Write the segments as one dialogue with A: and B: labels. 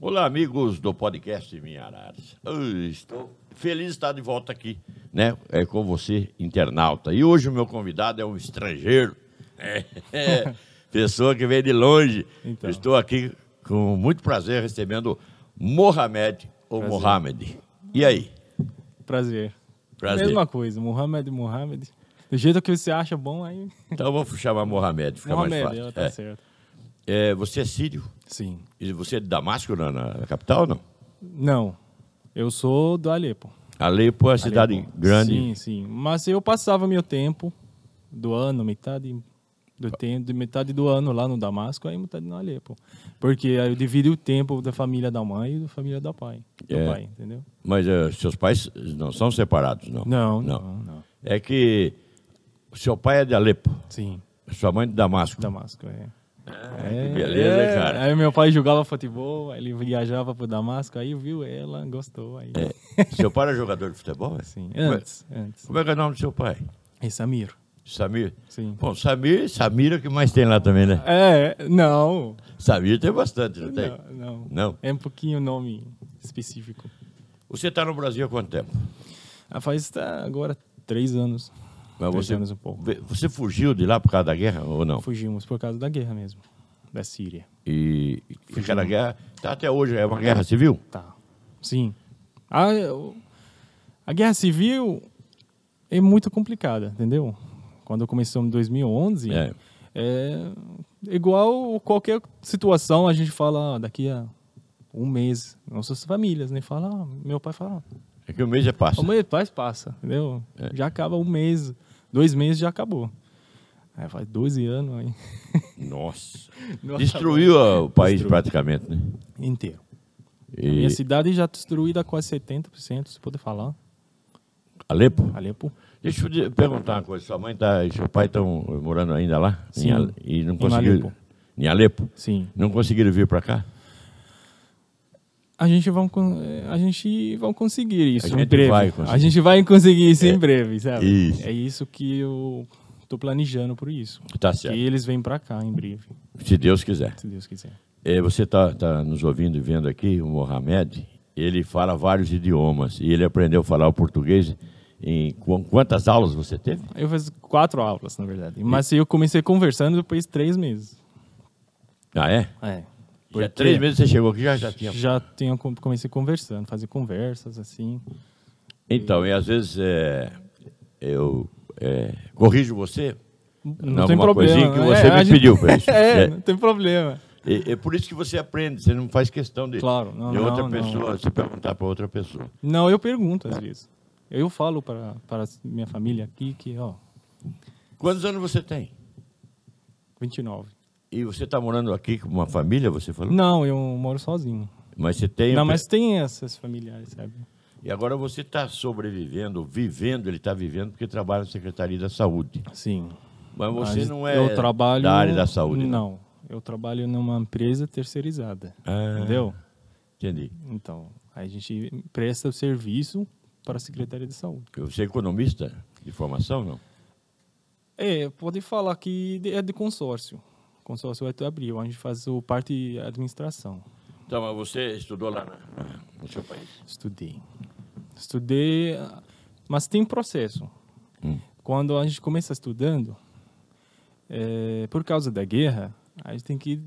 A: Olá, amigos do podcast Minha Araras. Eu estou feliz de estar de volta aqui, né? É com você, internauta. E hoje o meu convidado é um estrangeiro, né? É, pessoa que veio de longe.
B: Então.
A: Estou aqui com muito prazer recebendo Mohamed ou
B: Prazer.
A: Mohamed. E aí?
B: Prazer.
A: Prazer.
B: Mesma coisa, Mohamed, Mohamed. Do jeito que você acha bom, aí.
A: Então eu vou chamar Mohamed, fica mais
B: Mohamed,
A: fácil.
B: tá
A: É.
B: certo.
A: É, você é sírio?
B: Sim.
A: E você é de Damasco, na, na- na capital, não?
B: Não, eu sou do Alepo.
A: Alepo é uma cidade
B: Alepo.
A: grande.
B: um Sim, sim. Mas eu passava meu tempo do ano, metade do
A: Tá.
B: tempo, de metade do ano lá no Damasco, aí metade no Alepo. Porque aí eu divido o tempo da família da mãe e da família da pai. Do
A: É.
B: pai, entendeu?
A: Mas eh, seus pais não são separados, não?
B: Não, não, não.
A: É que o seu pai é de Alepo,
B: Sim,
A: sua mãe é de Damasco.
B: Damasco, é.
A: Ah, que beleza,
B: é.
A: cara.
B: Aí meu pai jogava futebol, aí ele viajava pro Damasco, aí viu ela, gostou, aí...
A: Seu pai é jogador de futebol? É?
B: Sim,
A: Como é-
B: antes, antes.
A: Como é que é o nome do seu pai?
B: E Samir,
A: Samir?
B: sim.
A: Bom, Samir, Samira que mais tem lá também, né?
B: É, não,
A: Samir tem bastante, não tem?
B: não, não.
A: Não.
B: É um pouquinho o nome específico.
A: Você está no Brasil há quanto tempo?
B: Ah, faz tá, agora três anos.
A: Mas
B: três
A: você,
B: anos um pouco.
A: ve- você fugiu de lá por causa da guerra ou não?
B: Fugimos por causa da guerra mesmo, da Síria.
A: E e fica na guerra. Tá até hoje, é uma guerra civil?
B: Tá. Sim. A, o- a guerra civil é muito complicada, entendeu? Quando começou em 2011,
A: É.
B: é, igual qualquer situação, a gente fala "Ah, daqui a um mês, nossas famílias, né? Fala, "Ah, meu pai fala, "Ah,
A: É que o mês é passa.
B: o mês pai passa, entendeu?
A: É.
B: Já acaba um mês, dois meses já acabou. Aí faz 12 anos aí.
A: Nossa.
B: Nossa,
A: Destruiu ah, o país
B: Destruiu.
A: praticamente, né?
B: Inteiro.
A: E
B: Minha
A: assim.
B: cidade já destruída quase 70%, se puder falar.
A: Alepo?
B: Alepo.
A: Deixa eu te perguntar uma coisa. Sua mãe tá, e seu pai estão morando ainda lá?
B: Sim.
A: Em Ale- E não
B: Em
A: conseguiram.
B: Alepo.
A: Em Alepo?
B: Sim.
A: Não conseguiram vir para cá?
B: A gente vai, con- eh, a gente vai conseguir isso
A: A
B: em
A: gente
B: breve.
A: vai conseguir.
B: A gente vai conseguir isso
A: É.
B: em breve, sabe?
A: Isso.
B: É isso que eu tô planejando por isso.
A: Tá
B: Que
A: certo.
B: eles vêm para cá em breve,
A: Se Deus quiser.
B: se Deus quiser.
A: É, você está nos ouvindo e vendo aqui, o Mohamed, ele fala vários idiomas e ele aprendeu a falar o português em qu- quantas aulas você teve?
B: Eu fiz quatro aulas, na verdade. Mas eu comecei conversando depois de três meses.
A: Ah, é?
B: É.
A: Já
B: Porque
A: três meses você chegou aqui já, já tinha.
B: Já tinha com- comecei conversando, fazer conversas assim.
A: Então, e às vezes é, eu é, corrijo você.
B: Não
A: alguma
B: tem problema.
A: coisinha que
B: né?
A: você me
B: É, a gente-
A: pediu pra isso.
B: é,
A: É.
B: não tem problema.
A: É, é por isso que você aprende, você não faz questão de,
B: Claro, não,
A: de
B: não,
A: outra
B: não.
A: pessoa, se perguntar para outra pessoa.
B: Não, eu pergunto às vezes. Eu falo para para minha família aqui que, ó,
A: Quantos anos você tem?
B: 29.
A: E você está morando aqui com uma família, você falou?
B: Não, eu moro sozinho.
A: Mas você Hum. tem. um
B: Não, mas tem essas familiares, sabe?
A: E agora você está sobrevivendo, vivendo, ele está vivendo porque trabalha na Secretaria da Saúde.
B: Sim.
A: Mas você
B: Mas
A: não é
B: Ah, eu trabalho
A: da área da saúde. né?
B: Não, eu trabalho numa empresa terceirizada.
A: Ah.
B: Entendeu?
A: Entendi.
B: Então, a gente presta o serviço para a Secretaria de Saúde.
A: Você é economista de formação, não?
B: É, pode falar que de- é de consórcio. Consórcio é tu abril, a gente faz o parte administração.
A: Então, mas você estudou lá na- no seu país.
B: Estudei. Estudei, ah, mas tem processo.
A: Hum.
B: Quando a gente começa estudando, eh, por causa da guerra, a gente tem que.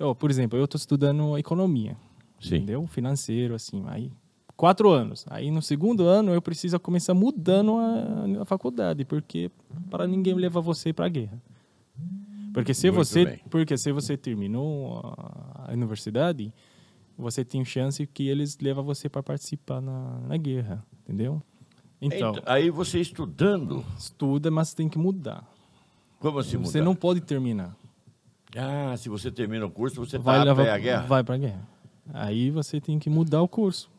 B: ó, por exemplo, eu estou estudando economia,
A: Sim.
B: entendeu? Financeiro, assim. Aí, quatro anos. Aí, no segundo ano, eu preciso começar mudando a, a faculdade, porque para ninguém levar você para a guerra. Porque se
A: Muito
B: você,
A: bem.
B: porque se você terminou a, a universidade, você tem chance que eles levam você para participar na, na guerra, entendeu? Então,
A: Então, aí você estudando,
B: estuda, mas tem que mudar.
A: como assim
B: você
A: mudar?
B: não pode terminar.
A: Ah, se você termina o curso, você
B: Vai
A: está apto
B: levar
A: à guerra.
B: vai para guerra. Aí você tem que mudar o curso.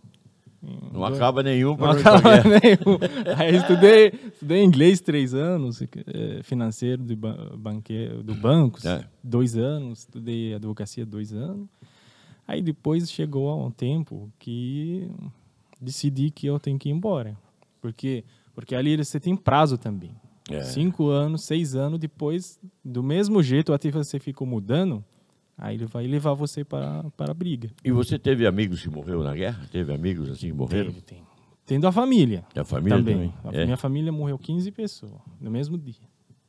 A: Não acaba nenhum
B: Não
A: para não ir pra
B: acaba
A: guerra.
B: nenhum. Aí eu estudei, estudei inglês três anos, eh, financeiro do, ba banque- do banco,
A: É.
B: dois anos, estudei advocacia dois anos. Aí depois chegou a um tempo que decidi que eu tenho que ir embora. Porque, porque ali você tem prazo também.
A: É.
B: Cinco anos, seis anos, depois, do mesmo jeito, até você ficou mudando, Aí ele vai levar você para, para a briga.
A: E você teve amigos que morreram na guerra? Teve amigos assim que morreram?
B: Teve, tem. Tendo a família.
A: Da família também?
B: A
A: É.
B: minha família morreu 15 pessoas no mesmo dia.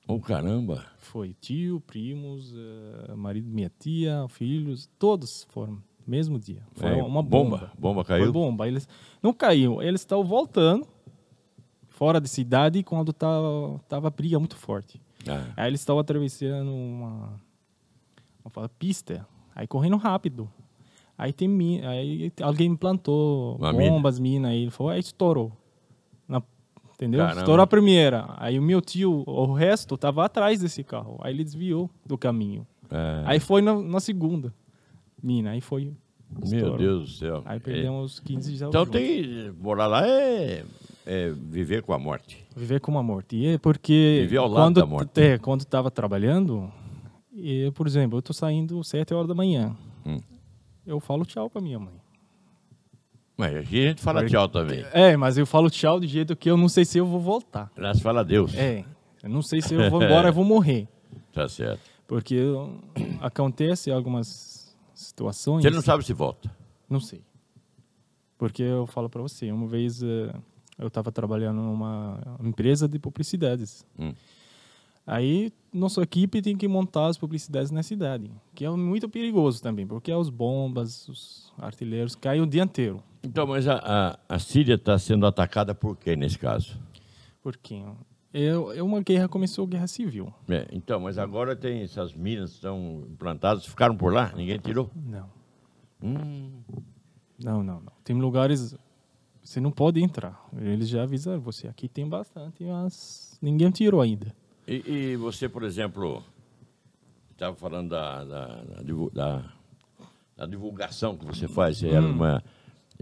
A: Ô, caramba.
B: Foi tio, primos, eh, marido de minha tia, filhos, todos foram no mesmo dia. Foi
A: É,
B: uma bomba.
A: Bomba
B: Foi
A: caiu?
B: bomba. Eles não caiu, eles estavam voltando fora de cidade quando tava tava a briga muito forte.
A: Ah,
B: Aí eles estavam atravessando uma, uma fala, pista, aí correndo rápido. Aí tem mi- aí alguém plantou
A: Uma mina.
B: bombas, mina, aí ele falou, aí estourou. Na- entendeu?
A: Caramba.
B: Estourou a primeira. Aí o meu tio, o resto, tava atrás desse carro. Aí ele desviou do caminho.
A: ah,
B: Aí foi na, na segunda mina, aí foi.
A: meu
B: estourou.
A: Deus do céu.
B: Aí perdemos 15 já.
A: É. Então tem. Morar lá é, é viver com a morte.
B: Viver com uma morte. E é porque.
A: Viver ao lado
B: quando,
A: da morte.
B: É, quando estava trabalhando, e, por exemplo, eu tô saindo 7 horas da manhã.
A: Hum.
B: Eu falo tchau pra minha mãe.
A: Mas aqui a gente fala tchau também.
B: É, mas eu falo tchau do jeito que eu não sei se eu vou voltar.
A: Lá se fala Deus.
B: É, eu não sei se eu vou embora, eu vou morrer.
A: Tá certo.
B: Porque eu- acontece algumas situações.
A: Você não sabe se volta.
B: Não sei. Porque eu falo para você, uma vez eh, eu estava trabalhando numa empresa de publicidades.
A: Hum.
B: Aí nossa equipe tem que montar as publicidades na cidade, que é muito perigoso também, porque é os bombas, os artilheiros caem o dia inteiro.
A: Então, mas a, a, a Síria está sendo atacada por quem nesse caso?
B: Porque eu, é uma guerra começou guerra civil.
A: É, então, mas agora tem essas minas que estão implantadas, ficaram por lá, ninguém tirou.
B: Não,
A: Hum,
B: não, não, não. Tem lugares você não pode entrar. Eles já avisaram você. Aqui tem bastante, mas ninguém tirou ainda.
A: E, e você, por exemplo, estava falando da, da- da divu- da- da divulgação que você faz, você era numa,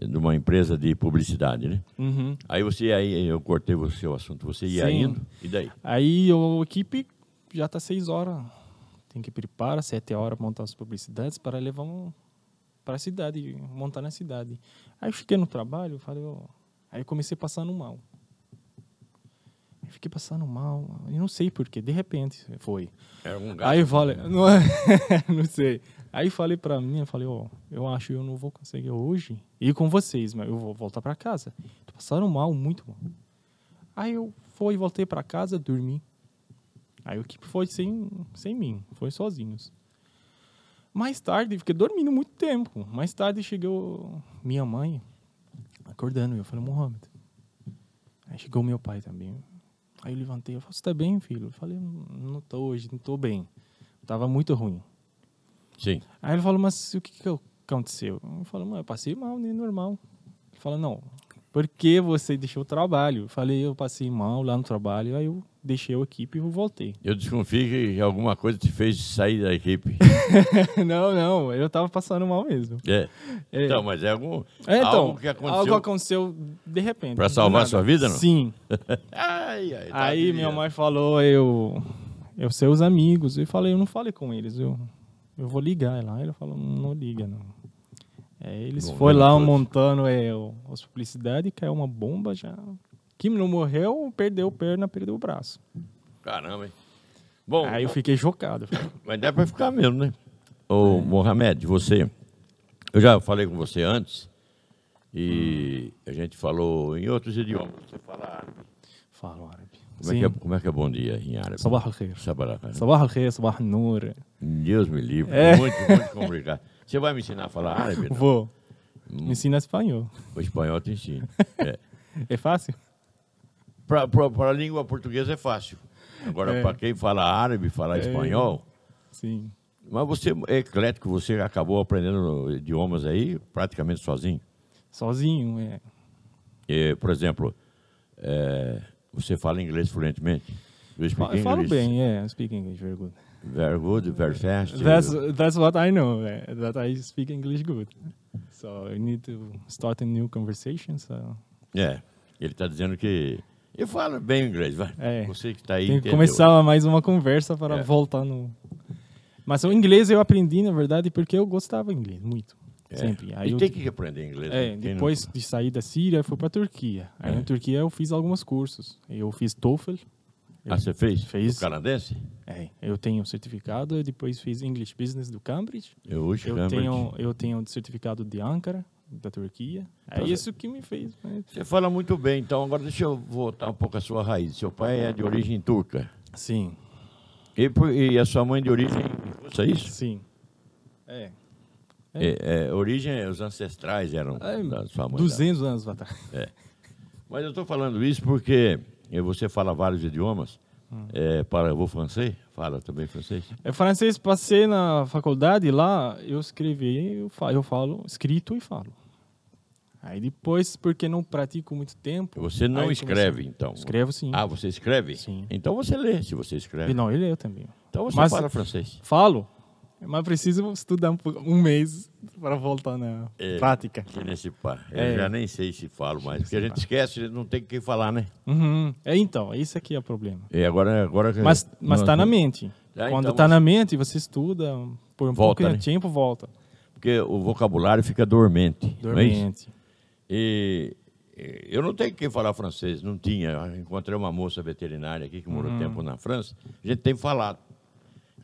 A: numa empresa de publicidade, né?
B: Uhum.
A: Aí você, aí eu cortei o seu assunto, você ia
B: Sim.
A: indo, e daí?
B: Aí o- a equipe já tá 6 horas. Tem que preparar, 7 horas, montar as publicidades para levar um, para a cidade, montar na cidade. Aí eu fiquei no trabalho, falei, ó, aí eu comecei passando mal. Eu fiquei passando mal, eu não sei porquê, de repente foi.
A: Era um gato.
B: Aí eu falei, não, é- não sei. Aí falei pra mim, eu falei, ó, eu acho que eu não vou conseguir hoje ir com vocês, mas eu vou voltar pra casa. Tô passando mal, muito mal. Aí eu fui, voltei pra casa, dormi. Aí o equipe foi sem, sem mim, foi sozinhos. Mais tarde, fiquei dormindo muito tempo. Mais tarde chegou minha mãe, acordando, eu falei, Mohamed. Aí chegou meu pai também. Aí eu levantei, eu falei, você tá bem, filho? Eu falei, não tô hoje, não tô bem. Tava muito ruim.
A: Sim.
B: Aí ele falou, mas o que que aconteceu? Eu falei, mano, eu passei mal, nem normal. Ele falou, não, por que você deixou o trabalho? Eu falei, eu passei mal lá no trabalho, aí eu deixei a equipe e eu voltei.
A: Eu desconfio que alguma coisa te fez sair da equipe.
B: não, não, eu tava passando mal mesmo.
A: É.
B: É.
A: Então, mas é algum,
B: É, então,
A: algo que aconteceu.
B: algo aconteceu de repente.
A: Pra
B: do
A: salvar
B: nada.
A: sua vida, não?
B: Sim.
A: Ai, ai, tá
B: Aí minha
A: virilhando.
B: mãe falou, eu, eu seus amigos. Eu falei, eu não falei com eles, eu, eu vou ligar lá. Ele falou, não liga não. É, eles
A: Bom,
B: foi
A: vendo
B: lá
A: todos.
B: montando é, o- as publicidades, caiu uma bomba já. Kim não morreu, perdeu perna, perdeu o braço.
A: Caramba, hein? Bom, é.
B: Aí eu fiquei chocado.
A: mas dá pra ficar mesmo, né? Ô, Mohamed, você. Eu já falei com você antes e a gente falou em outros idiomas. Você fala árabe.
B: Falo árabe.
A: Como é, que é, como é que é bom dia em árabe?
B: Sabah al-khair.
A: Sabah.
B: Sabah al-khair, sabah al-nur.
A: Deus me livre.
B: É.
A: Muito, muito complicado. Você vai me ensinar a falar árabe? não?
B: Vou. Me ensina espanhol.
A: O espanhol te ensina. É.
B: É fácil?
A: Para a língua portuguesa é fácil. Agora,
B: É.
A: para quem fala árabe, fala
B: É.
A: espanhol.
B: Sim.
A: Mas você é eclético, você acabou aprendendo idiomas aí praticamente sozinho.
B: Sozinho, é.
A: É, por exemplo, é, você fala inglês fluentemente? You speak
B: Eu falo
A: English
B: bem, é. Speak English, very good.
A: Very good, very fast.
B: That's that's what I know. eh, That I speak English good. So I need to start a new conversation. So
A: É, ele está dizendo que... Eu falo bem inglês, vai.
B: É.
A: Você que está aí,
B: tem que
A: entendeu.
B: começar mais uma conversa para
A: É.
B: voltar no. Mas o inglês eu aprendi na verdade porque eu gostava inglês muito.
A: É.
B: Sempre. Aí
A: e
B: eu,
A: tem que aprender inglês. né? Quem
B: é,
A: não-
B: depois de sair da Síria, eu fui para Turquia. Aí
A: É.
B: na Turquia eu fiz alguns cursos. Eu fiz TOEFL.
A: Ah, você fez?
B: Fez.
A: O canadense?
B: É. Tem. Eu tenho certificado, eu depois fiz English Business do Cambridge.
A: Eu hoje,
B: Eu
A: Cambridge.
B: tenho, eu tenho o certificado de Ankara, da Turquia.
A: Tá
B: É isso que me fez. né?
A: Você fala muito bem, então agora deixa eu voltar um pouco à sua raiz. Seu pai é de origem turca.
B: Sim,
A: E, por- e a sua mãe de origem russa, é isso?
B: sim. É,
A: É, é, origem, os ancestrais eram
B: É,
A: da sua mãe.
B: 200 anos atrás.
A: Mas eu estou falando isso porque eh, você fala vários idiomas.
B: Hum.
A: Eh, para, eu vou francês? Fala também francês?
B: É francês, passei na faculdade lá, eu escrevi, eu falo, eu falo escrito e falo. Aí depois, porque não pratico muito tempo.
A: Você não
B: aí
A: escreve,
B: comecei-
A: então?
B: Escrevo sim.
A: Ah, você escreve?
B: Sim.
A: Então você lê, se você
B: E
A: escreve.
B: não, ele é eu também.
A: Então você
B: Mas-
A: fala francês.
B: Falo, mas preciso estudar um, pouco- um mês para voltar na
A: É.
B: prática.
A: Que nesse pá. Eu
B: É.
A: já nem sei se falo mais, porque a gente esquece, não tem quem falar, né?
B: Uhum. É, então, isso aqui é o problema.
A: E agora, agora que-
B: Mas mas tá na mente.
A: Ah,
B: Quando
A: então,
B: tá
A: mas-
B: na mente, você estuda por um
A: Volta,
B: pouco
A: né?
B: de tempo, volta.
A: Porque o vocabulário fica dormente. não é isso?
B: Dormente.
A: E e eu não tenho quem falar francês, não tinha. Eu encontrei uma moça veterinária aqui que morou tempo na França. A gente tem falado.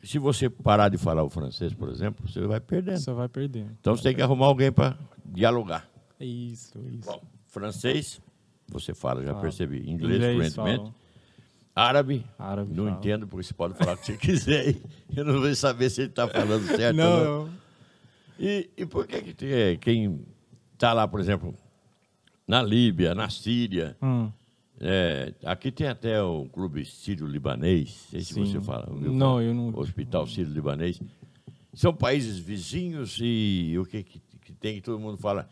A: Se você parar de falar o francês, por exemplo, você vai perdendo.
B: Você vai perdendo.
A: Então você tem que arrumar alguém para dialogar.
B: É isso, é isso.
A: Bom, francês, você fala, já
B: Falo.
A: percebi. Inglês,
B: é
A: fluentemente.
B: falo.
A: Árabe,
B: Árabe,
A: não
B: falo.
A: entendo, porque você pode falar o que você quiser. aí. Eu não vou saber se ele está falando certo ou não.
B: Não, não.
A: E, e por que, que tem- é, quem está lá, por exemplo, na Líbia, na Síria,
B: Hum,
A: é, aqui tem até o Clube Sírio-Libanês, não sei se
B: Sim.
A: você fala. ouviu
B: Não,
A: falar?
B: eu não-
A: Hospital Sírio-Libanês. São países vizinhos e o que, que, que tem que todo mundo fala?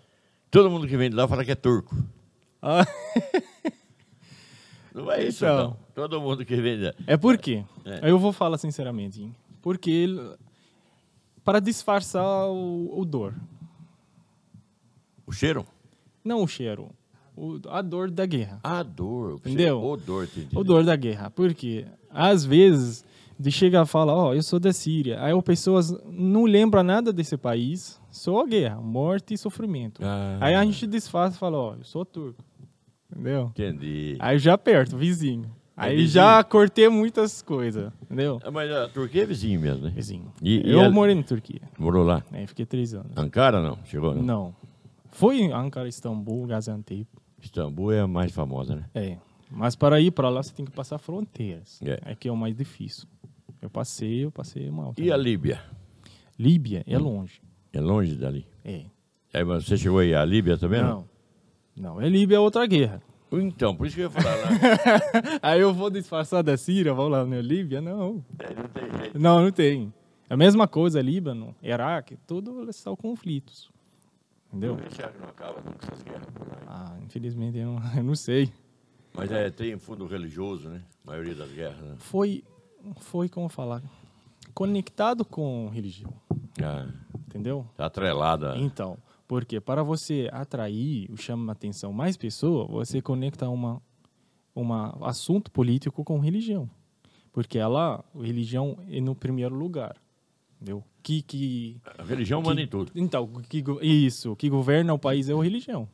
A: Todo mundo que vem de lá fala que é turco.
B: Ah,
A: Não é isso,
B: Então.
A: não. Todo mundo que vem de lá.
B: é por quê?
A: É.
B: Eu vou falar sinceramente. hein? Porque ele- para disfarçar o, o dor.
A: O cheiro?
B: Não o cheiro. o- a dor da guerra.
A: A Ah, dor.
B: Entendeu?
A: O dor, te entendi.
B: O dor da guerra. Porque às vezes de chegar a falar, ó, eu sou da Síria. Aí as pessoas não lembram nada desse país. Só a guerra, morte e sofrimento.
A: Ah.
B: Aí a gente disfarça e fala, ó, eu sou turco. Entendeu?
A: Entendi.
B: Aí já aperto, vizinho. Aí
A: É vizinho.
B: já cortei muitas coisas, entendeu?
A: Ah, Mas a Turquia é vizinho mesmo, né?
B: Vizinho.
A: E- e
B: eu
A: a-
B: morei na Turquia,
A: Morou lá.
B: né? Fiquei três anos.
A: Ankara não? Chegou? Não.
B: Não. Foi em Ankara, Istambul, Gaziantep.
A: Istambul é a mais famosa, né?
B: É. Mas para ir para lá você tem que passar fronteiras.
A: É.
B: É. que é o mais difícil. Eu passei, eu passei mal.
A: E
B: também.
A: a Líbia?
B: Líbia é longe.
A: É longe dali.
B: É.
A: É, mas você chegou aí à Líbia também?
B: Não. Não, é Líbia é outra guerra.
A: não? Então, por isso que eu ia falar lá.
B: Aí eu vou disfarçar da Síria, vou lá na Líbia? Não.
A: É, não tem jeito.
B: Não, não tem. É A mesma coisa, Líbano, Iraque, tudo são conflitos. Entendeu?
A: que não acaba nunca essas guerras né? por lá.
B: Ah, infelizmente eu não, eu não sei.
A: Mas é, tem fundo religioso, né? A maioria das guerras, né?
B: Foi, foi como falar, conectado com religião,
A: Ah,
B: entendeu?
A: tá atrelada.
B: Então, porque para você atrair o chama a atenção mais pessoa, você conecta uma uma assunto político com religião, porque ela a religião é no primeiro lugar, entendeu? Que que
A: A religião manda em tudo.
B: Então, que go- isso, que governa o país é a religião.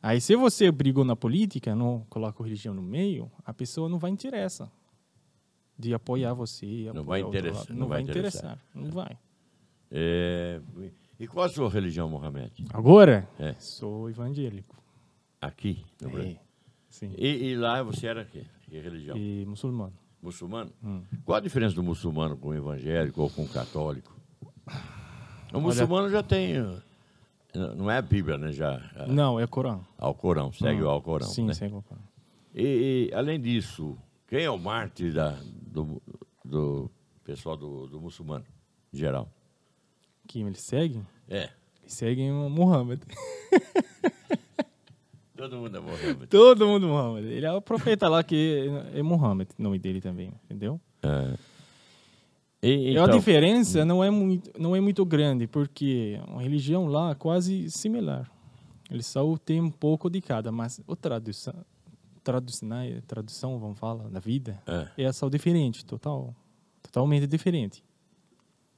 B: Aí, se você brigou na política, não coloca a religião no meio, a pessoa não vai interessar de apoiar você.
A: Não
B: apoiar
A: vai
B: outro
A: interessar,
B: lado.
A: não
B: Não,
A: vai
B: vai
A: interessar.
B: interessar. Não vai.
A: É, e qual a sua religião, Mohamed?
B: Agora,
A: É.
B: sou evangélico.
A: Aqui, no Brasil. Então.
B: É, Sim.
A: E, e lá você era que, que religião?
B: E muçulmano.
A: Muçulmano? Qual a diferença do muçulmano com o evangélico ou com o católico? O muçulmano já tem. uh, n- Não é a Bíblia, né? Já. uh,
B: Não, é Corão.
A: Ao Corão, segue o
B: Ah,
A: ao Corão.
B: Sim,
A: né?
B: segue o Corão.
A: E, e, além disso, quem é o mártir da, do, do pessoal do, do muçulmano, em geral?
B: Quem eles seguem?
A: É.
B: Eles seguem o Muhammad.
A: Todo mundo é Mohammed.
B: Todo mundo Muhammad. Ele é o profeta lá que é Muhammad, nome dele também, entendeu?
A: É. E,
B: É, a
A: então,
B: diferença não é muito não é muito grande porque a religião lá é quase similar. Eles só tem um pouco de cada, mas o tradução tradução né, tradução vamos falar da vida
A: É.
B: é, só diferente, total totalmente diferente.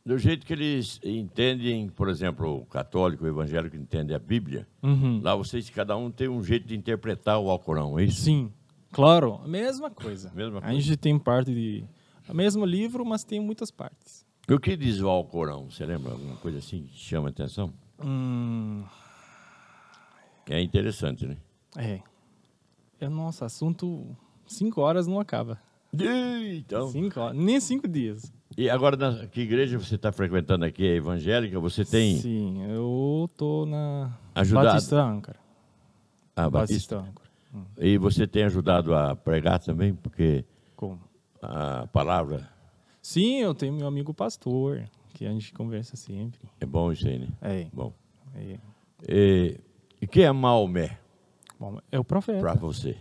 A: do jeito que eles entendem, por exemplo, o católico, o evangélico entende a Bíblia,
B: Uhum.
A: lá vocês, cada um tem um jeito de interpretar o Alcorão, é isso?
B: Sim, claro, a mesma coisa.
A: Mesma
B: A gente tem parte de O mesmo livro, mas tem muitas partes.
A: O que diz o Alcorão? Você lembra alguma coisa assim que te chama a atenção?
B: Hum,
A: É interessante, né?
B: é. É nosso assunto. Cinco horas não acaba.
A: Ih, Então,
B: Cinco horas, nem cinco dias.
A: e agora, na, que igreja você está frequentando aqui? É evangélica? Você tem
B: Sim, eu tô na
A: Ajudado.
B: Batista Âncora.
A: a Batista?
B: Batista Âncora. Hum,
A: E você tem ajudado a pregar também? Porque
B: Como?
A: a palavra
B: Sim, eu tenho meu amigo pastor, que a gente conversa sempre.
A: é bom isso aí, né?
B: É.
A: Bom.
B: É,
A: E, e quem é Maomé
B: bom, é o profeta.
A: para você?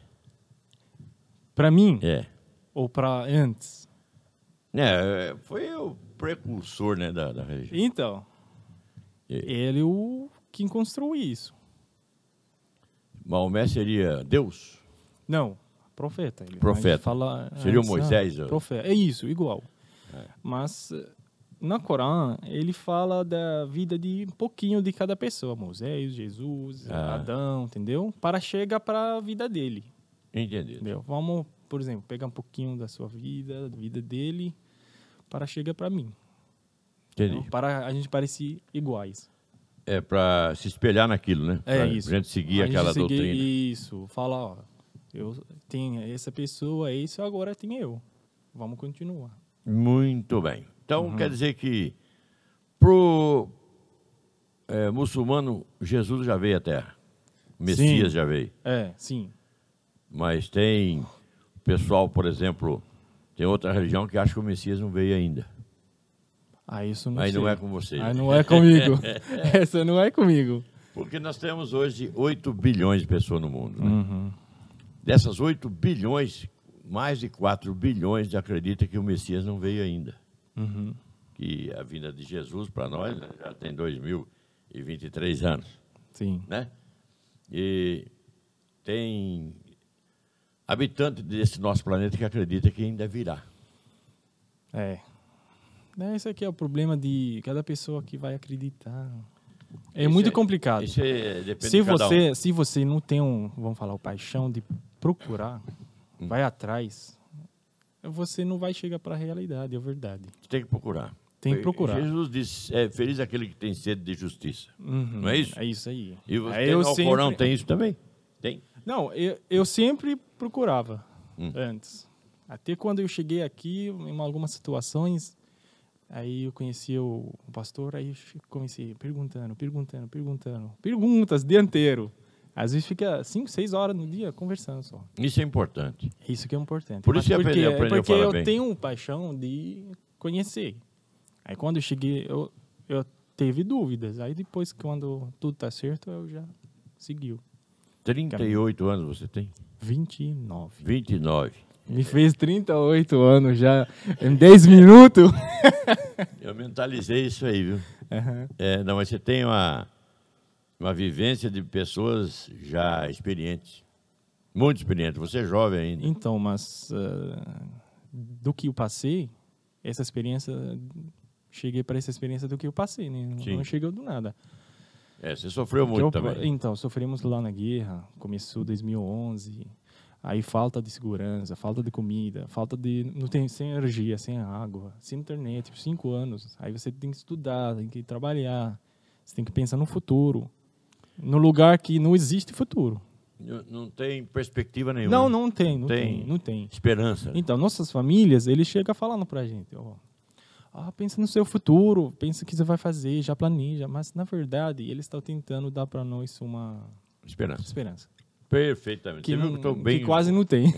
B: Pra mim,
A: É.
B: ou pra antes?
A: É, foi o precursor né, da, da religião.
B: Então,
A: É.
B: ele o quem construiu isso.
A: Maomé seria Deus?
B: Não, profeta. Ele
A: Profeta.
B: A gente Fala,
A: Seria o
B: antes,
A: Moisés,
B: né?
A: ó. É.
B: Profeta. É isso, igual. Mas eh, na Corã, ele fala da vida de um pouquinho de cada pessoa. Moisés, Jesus,
A: Ah.
B: Adão, entendeu? Para chegar para a vida dele.
A: Entendeu?
B: Entendeu? Vamos, por exemplo, pegar um pouquinho da sua vida, da vida dele, para chegar para mim.
A: Entendi.
B: Então, Para a gente parecer iguais.
A: É para se espelhar naquilo, né?
B: É
A: pra
B: isso.
A: pra gente seguir
B: A gente
A: aquela
B: seguir
A: doutrina.
B: Isso. Fala, ó, eu tenho essa pessoa, é isso, agora tem eu. Vamos continuar.
A: Muito bem. Então,
B: Uhum.
A: quer dizer que pro é, muçulmano, Jesus já veio à Terra. O Messias
B: Sim.
A: já veio.
B: É, sim.
A: Mas tem pessoal, por exemplo, tem outra religião que acha que o Messias não veio ainda.
B: Ah, isso não
A: Aí não
B: sei.
A: é com você.
B: Aí não é comigo. essa não é comigo.
A: Porque nós temos hoje 8 bilhões de pessoas no mundo. Né?
B: Uhum.
A: Dessas 8 bilhões, mais de 4 bilhões acreditam que o Messias não veio ainda.
B: Uhum.
A: Que a vinda de Jesus para nós né, já tem 2023 anos.
B: Sim.
A: Né? E tem habitante desse nosso planeta que acredita que ainda virá.
B: É. Né, Esse aqui é o problema de cada pessoa que vai acreditar. É muito complicado.
A: Isso é, depende
B: se
A: de cada um.
B: você se você não tem um vamos falar o paixão de procurar
A: Hum.
B: vai atrás você não vai chegar para a realidade é verdade
A: Tem que procurar.
B: Tem que procurar.
A: Jesus disse, é feliz aquele que tem sede de justiça. Não é isso?
B: é isso aí
A: E você
B: Aí
A: tem,
B: É, eu
A: no Alcorão
B: sempre-
A: tem isso também? Tem.
B: não eu, eu sempre procurava
A: Hum.
B: antes até quando eu cheguei aqui em algumas situações aí eu conheci o, o pastor aí eu che- comecei perguntando perguntando perguntando perguntas o dia inteiro às vezes fica cinco seis horas no dia conversando só
A: Isso é importante.
B: Isso que é importante.
A: Por isso que
B: Mas
A: aprendi-
B: porque,
A: aprendi a
B: porque
A: falar
B: eu
A: bem.
B: tenho um paixão de conhecer. Aí quando eu cheguei, eu, eu teve dúvidas. Aí depois, quando tudo tá certo, eu já seguiu.
A: 38 anos você tem?
B: 29.
A: 29.
B: Me fez 38 anos já, em 10 minutos.
A: Eu mentalizei isso aí, viu?
B: Aham.
A: É, não, mas você tem uma, uma vivência de pessoas já experientes. Muito experientes. Você é jovem ainda.
B: Então, mas ah, do que eu passei, essa experiência, cheguei para essa experiência do que eu passei, né?
A: Sim.
B: Não chegou do nada.
A: É, você sofreu muito
B: Eu-
A: também.
B: Então, sofremos lá na guerra, começou 2011. Aí falta de segurança, falta de comida, falta de não tem sem energia, sem água, sem internet, por cinco anos. Aí você tem que estudar, tem que trabalhar, você tem que pensar no futuro, no lugar que não existe futuro.
A: Não, não tem perspectiva nenhuma.
B: Não, não tem, não
A: Tem.
B: tem, não tem.
A: Esperança. né?
B: Então, nossas famílias, eles chegam falando pra gente, ó, ah, pensa no seu futuro, pensa o que você vai fazer, já planeja, mas na verdade, eles estão tentando dar pra nós uma
A: Esperança.
B: esperança.
A: Perfeitamente.
B: que,
A: você viu
B: não-
A: que eu tô
B: que
A: bem... É.
B: quase não tem.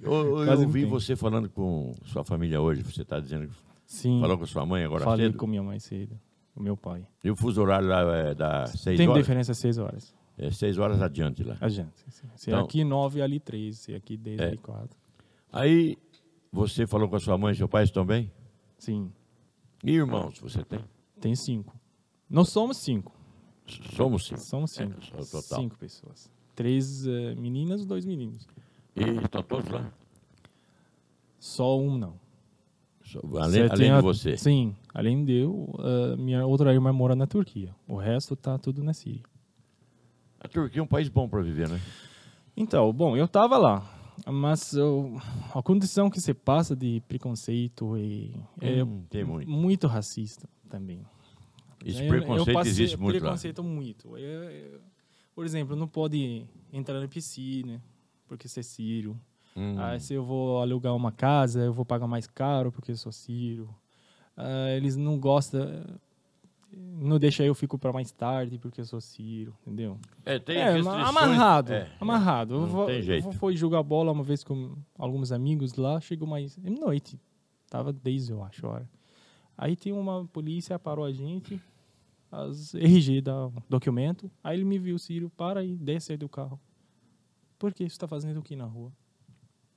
A: Eu, eu,
B: quase
A: eu
B: não
A: vi
B: tem.
A: você falando com sua família hoje. Você está dizendo que
B: Sim,
A: falou com sua mãe agora
B: falei
A: cedo.
B: com minha mãe cedo, com meu pai.
A: E o fuso horário lá é da 6
B: tem
A: horas?
B: diferença seis horas,
A: É 6 horas adiante lá.
B: a gente. sim. Se
A: Então-
B: aqui nove, ali três, se aqui dez,
A: É.
B: ali quatro.
A: Aí você falou com a sua mãe e seu pai estão bem?
B: Sim,
A: E irmãos, você tem?
B: tem cinco. Nós somos cinco,
A: Somos cinco.
B: somos cinco.
A: É, o total.
B: Cinco pessoas. Três eh, meninas, dois meninos.
A: E estão todos lá?
B: Só um não.
A: So- Além,
B: Você
A: além
B: tem
A: de
B: a-
A: você.
B: Sim, além de eu, eh, minha outra irmã mora na Turquia. O resto tá tudo na Síria.
A: A Turquia é um país bom para viver, né?
B: Então, bom, eu tava lá. Mas o- a condição que se passa de preconceito e é
A: Hum, tem muito.
B: muito racista também.
A: Esse
B: Eu- eu
A: preconceito
B: passei
A: existe muito lá.
B: preconceito muito. Eu- eu- por exemplo, não pode entrar na piscina porque você é sírio.
A: Hum.
B: Aí se eu vou alugar uma casa, eu vou pagar mais caro porque eu sou sírio. Ah, eles não gostam, não deixa eu fico para mais tarde porque eu sou sírio, entendeu?
A: É, tem
B: é, ma-
A: restrições.
B: amarrado,
A: É.
B: amarrado.
A: não
B: eu vou,
A: tem jeito.
B: Eu fui jogar bola uma vez com alguns amigos lá, chegou mais é noite, tava 10 eu acho, a hora. Aí tem uma polícia, parou a gente, as RG da documento, aí ele me viu, Ciro, para e desce aí do carro. Por que você tá fazendo o que na rua?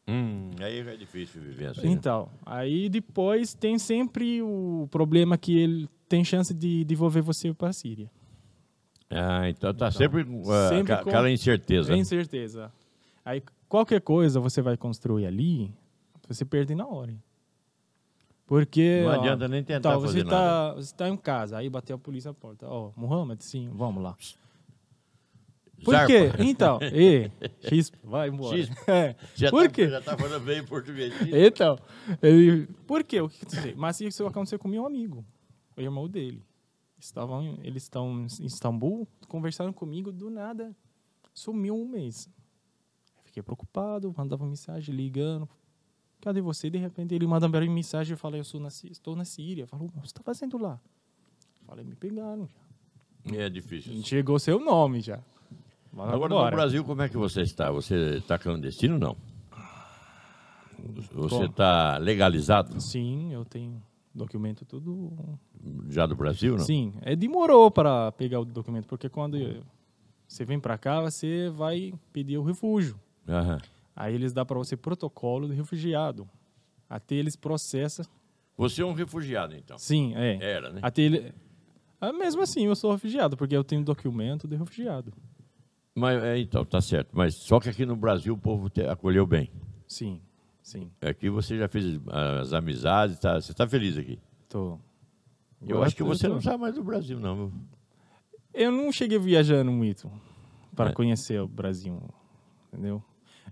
A: Hum, aí é difícil viver assim. né?
B: Então, aí depois tem sempre o problema que ele tem chance de devolver você para a Síria.
A: Ah, então tá sempre, com
B: sempre
A: sempre
B: com-
A: aquela incerteza. né?
B: Tem certeza. Aí qualquer coisa você vai construir ali, você perde na hora. Porque
A: Não
B: ó,
A: adianta nem tentar
B: tá,
A: fazer
B: você tá, Você tá em casa, aí bateu a polícia na porta. Ó, Muhammad, sim, vamos lá. Por
A: Zarpa.
B: quê? Então, e X, vai embora.
A: Chispa.
B: É.
A: Já
B: Por
A: tá,
B: quê?
A: Já tá falando bem em português.
B: Então, ele, por quê? O que aconteceu? Mas isso aconteceu com meu amigo, o irmão dele. Estavam, em- eles estão em Istambul, conversaram comigo, do nada, sumiu um mês. Eu Fiquei preocupado, mandava mensagem, ligando. Cadê você? De repente ele manda uma mensagem e fala, eu sou na, Síria- estou na Síria. Falou, o que você está fazendo lá? Falei, me pegaram já.
A: É difícil.
B: E Chegou seu nome já. Bora,
A: Agora
B: bora.
A: no Brasil, como é que você está? Você está clandestino ou não? Você
B: Como?
A: está legalizado
B: Sim, eu tenho documento tudo
A: já do Brasil, não?
B: Sim, é, demorou para pegar o documento, porque quando eu- você vem para cá, você vai pedir o refúgio.
A: Aham.
B: Aí eles dão para você protocolo de refugiado. Até eles processam.
A: Você é um refugiado, então.
B: Sim, é.
A: Era, né?
B: Até ele... Ah, Mesmo assim, eu sou refugiado, porque eu tenho documento de refugiado.
A: Mas, é, então, tá certo. Mas só que aqui no Brasil o povo te acolheu bem.
B: Sim, sim,
A: Aqui você já fez ah, as amizades, tá, você está feliz aqui.
B: tô.
A: Eu acho que você não sai mais do Brasil, não. viu?
B: Eu não cheguei viajando muito para
A: É.
B: conhecer o Brasil, entendeu?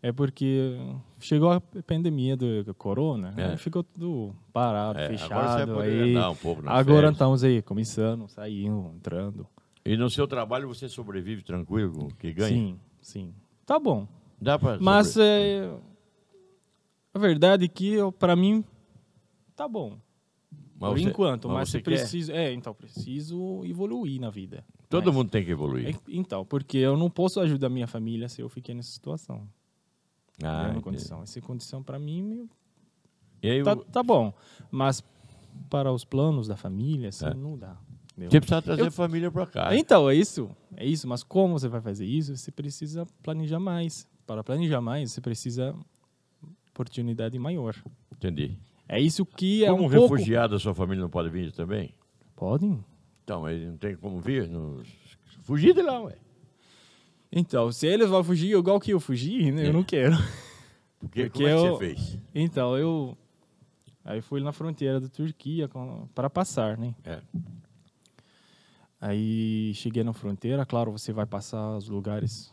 B: É porque chegou a pandemia do corona,
A: É.
B: aí ficou tudo parado,
A: É,
B: Tá fechado.
A: agora você vai poder
B: aí,
A: andar um pouco nas
B: agora tá-
A: férias.
B: estamos aí, começando, saindo, entrando.
A: E no seu trabalho você sobrevive tranquilo, com o que ganha?
B: Sim, sim. Tá bom.
A: Dá para.
B: Mas é, a verdade é que para mim tá bom. por enquanto, mas,
A: você
B: eu preciso, é, então preciso evoluir na vida.
A: Quer? Todo
B: Mas-
A: mundo tem que evoluir.
B: É, Então, porque eu não posso ajudar minha família se eu fiquei nessa situação.
A: Ah,
B: mesma
A: entendi.
B: condição. Essa condição para mim meu,
A: e aí,
B: tá,
A: o-
B: tá bom, mas para os planos da família assim
A: É.
B: não dá. entendeu?
A: você precisa trazer
B: Eu-
A: a família para cá.
B: Então é isso, é isso. Mas como você vai fazer isso? Você precisa planejar mais. Para planejar mais, você precisa oportunidade maior.
A: Entendi.
B: É isso que é
A: como
B: um pouco.
A: refugiado, a sua família não pode vir também?
B: Podem.
A: Então, ele não tem como vir? Não... Fugir de lá, ué.
B: Então, se eles vão fugir igual que eu fugi,
A: É.
B: né, eu não quero.
A: Porque,
B: Porque
A: como é que
B: eu-
A: você fez?
B: Então, eu aí fui na fronteira da Turquia com- para passar, né?
A: É.
B: Aí cheguei na fronteira, claro, você vai passar os lugares,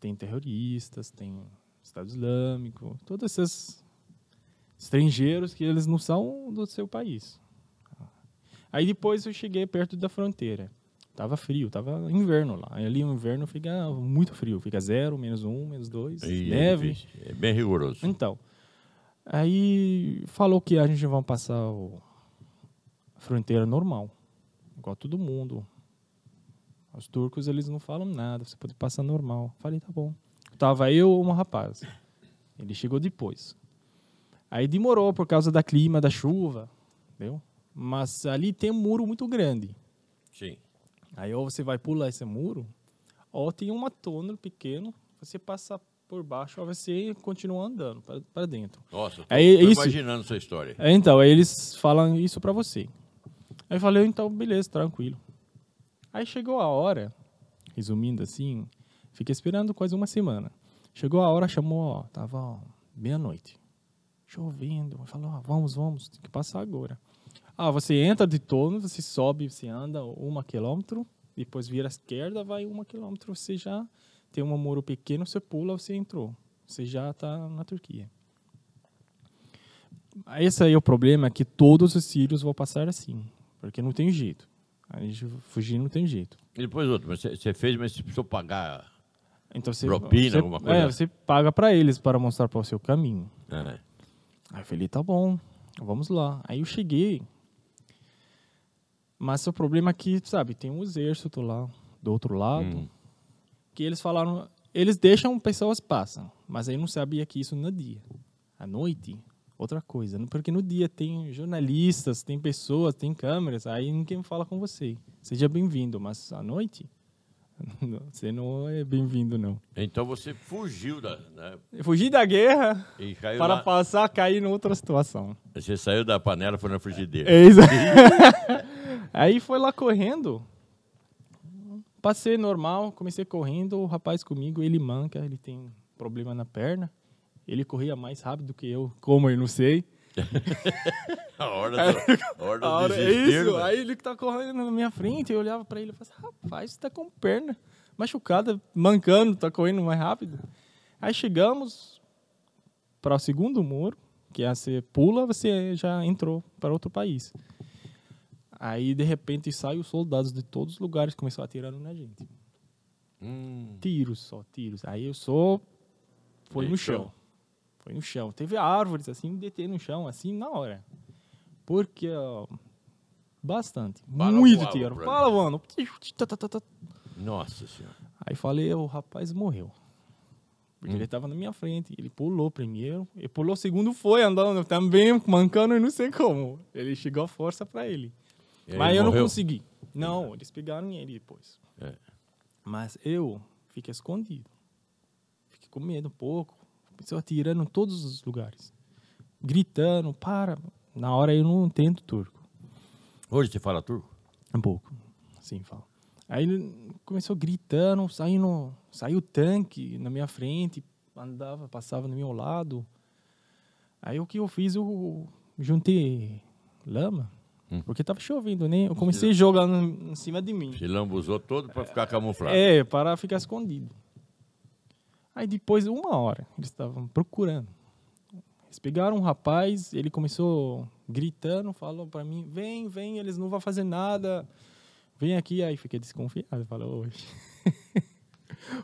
B: tem terroristas, tem Estado Islâmico, todos esses estrangeiros que eles não são do seu país. Aí depois eu cheguei perto da fronteira. Tava frio, tava inverno lá. Aí ali o inverno fica muito frio, fica zero, menos um, menos dois,
A: E é
B: neve.
A: difícil. É, bem rigoroso.
B: Então, aí falou que a gente vai passar o- a fronteira normal, igual todo mundo. Os turcos, eles não falam nada, você pode passar normal. Falei, tá bom. Tava eu e um rapaz. Ele chegou depois. Aí demorou por causa da clima, da chuva, entendeu? Mas ali tem um muro muito grande.
A: Sim.
B: Aí ou você vai pular esse muro, ou tem uma túnel pequeno, você passa por baixo, ou você continua andando para dentro.
A: Nossa, eu tô,
B: É i-
A: tô
B: isso.
A: imaginando sua história.
B: É, Então, aí eles falam isso pra você. Aí eu falei, então, beleza, tranquilo. Aí chegou a hora, resumindo assim, fiquei esperando quase uma semana. Chegou a hora, chamou, ó, tava ó, meia-noite, chovendo. Eu falei, ó, vamos, vamos, tem que passar agora. Ah, você entra de torno, você sobe, você anda uma quilômetro, depois vira à esquerda, vai uma quilômetro, você já tem um muro pequeno, você pula, você entrou. Você já está na Turquia. Esse aí é o problema, é que todos os sírios vão passar assim, porque não tem jeito. A gente fugir não tem jeito.
A: E depois outro, mas você você fez, mas você precisou pagar.
B: Então você,
A: Propina,
B: você-
A: alguma coisa?
B: É, você paga para eles para mostrar para o seu caminho.
A: né?
B: Aí eu falei, tá bom, vamos lá. Aí eu cheguei. Mas o problema é que, sabe, tem um exército lá do outro lado. Que eles falaram, eles deixam pessoas passam, mas aí eu não sabia que isso no dia. À noite, outra coisa, né? porque no dia tem jornalistas, tem pessoas, tem câmeras, aí ninguém fala com você. Seja bem-vindo, mas à noite você não é bem-vindo não.
A: Então você fugiu da. da-
B: Eu fugi da guerra
A: e caiu
B: para
A: na-
B: passar a cair em outra situação.
A: Você saiu da panela e foi na frigideira.
B: É isso. Aí foi lá correndo. Passei normal, comecei correndo. O rapaz comigo, ele manca, ele tem problema na perna. Ele corria mais rápido que eu, como eu não sei.
A: A hora do, É. a hora do
B: A hora- é
A: desespero,
B: isso.
A: né?
B: Aí ele que tá correndo na minha frente, eu olhava pra ele e falava, rapaz, você tá com perna machucada, mancando, tá correndo mais rápido. Aí chegamos para o segundo muro, que é você pula, você já entrou para outro país. Aí de repente saem os soldados de todos os lugares começaram a atirar na gente.
A: Hum,
B: Tiros só, tiros. Aí eu só foi
A: Eita.
B: no chão. Foi no chão. Teve árvores assim, me deter no chão, assim, na hora. Porque, ó, bastante.
A: Bala
B: muito
A: voava
B: tiro.
A: pra
B: Fala, mano. Tá, tá, tá, tá.
A: nossa senhora.
B: Aí falei, o rapaz morreu. Porque ele tava na minha frente. Ele pulou primeiro. Ele pulou segundo, foi andando também, mancando e não sei como. Ele chegou a força pra ele.
A: E aí
B: Mas
A: ele
B: eu não
A: morreu?
B: consegui. Não, eles pegaram ele depois.
A: É.
B: Mas eu fiquei escondido. Fiquei com medo um pouco. Começou atirando em todos os lugares. Gritando, para. Na hora eu não entendo turco.
A: Hoje você fala turco?
B: Um pouco. Sim, fala. Aí ele começou gritando, saindo, saiu o tanque na minha frente, andava, passava no meu lado. Aí o que eu fiz, eu juntei lama, porque tava chovendo, né? Eu comecei a jogar no- em cima de mim.
A: Se lambuzou todo pra ficar camuflado.
B: É, para ficar escondido. Aí depois de uma hora, eles estavam procurando. Eles pegaram um rapaz, ele começou gritando, falou para mim, vem, vem, eles não vão fazer nada. Vem aqui, aí fiquei desconfiado, falou, "Oxe."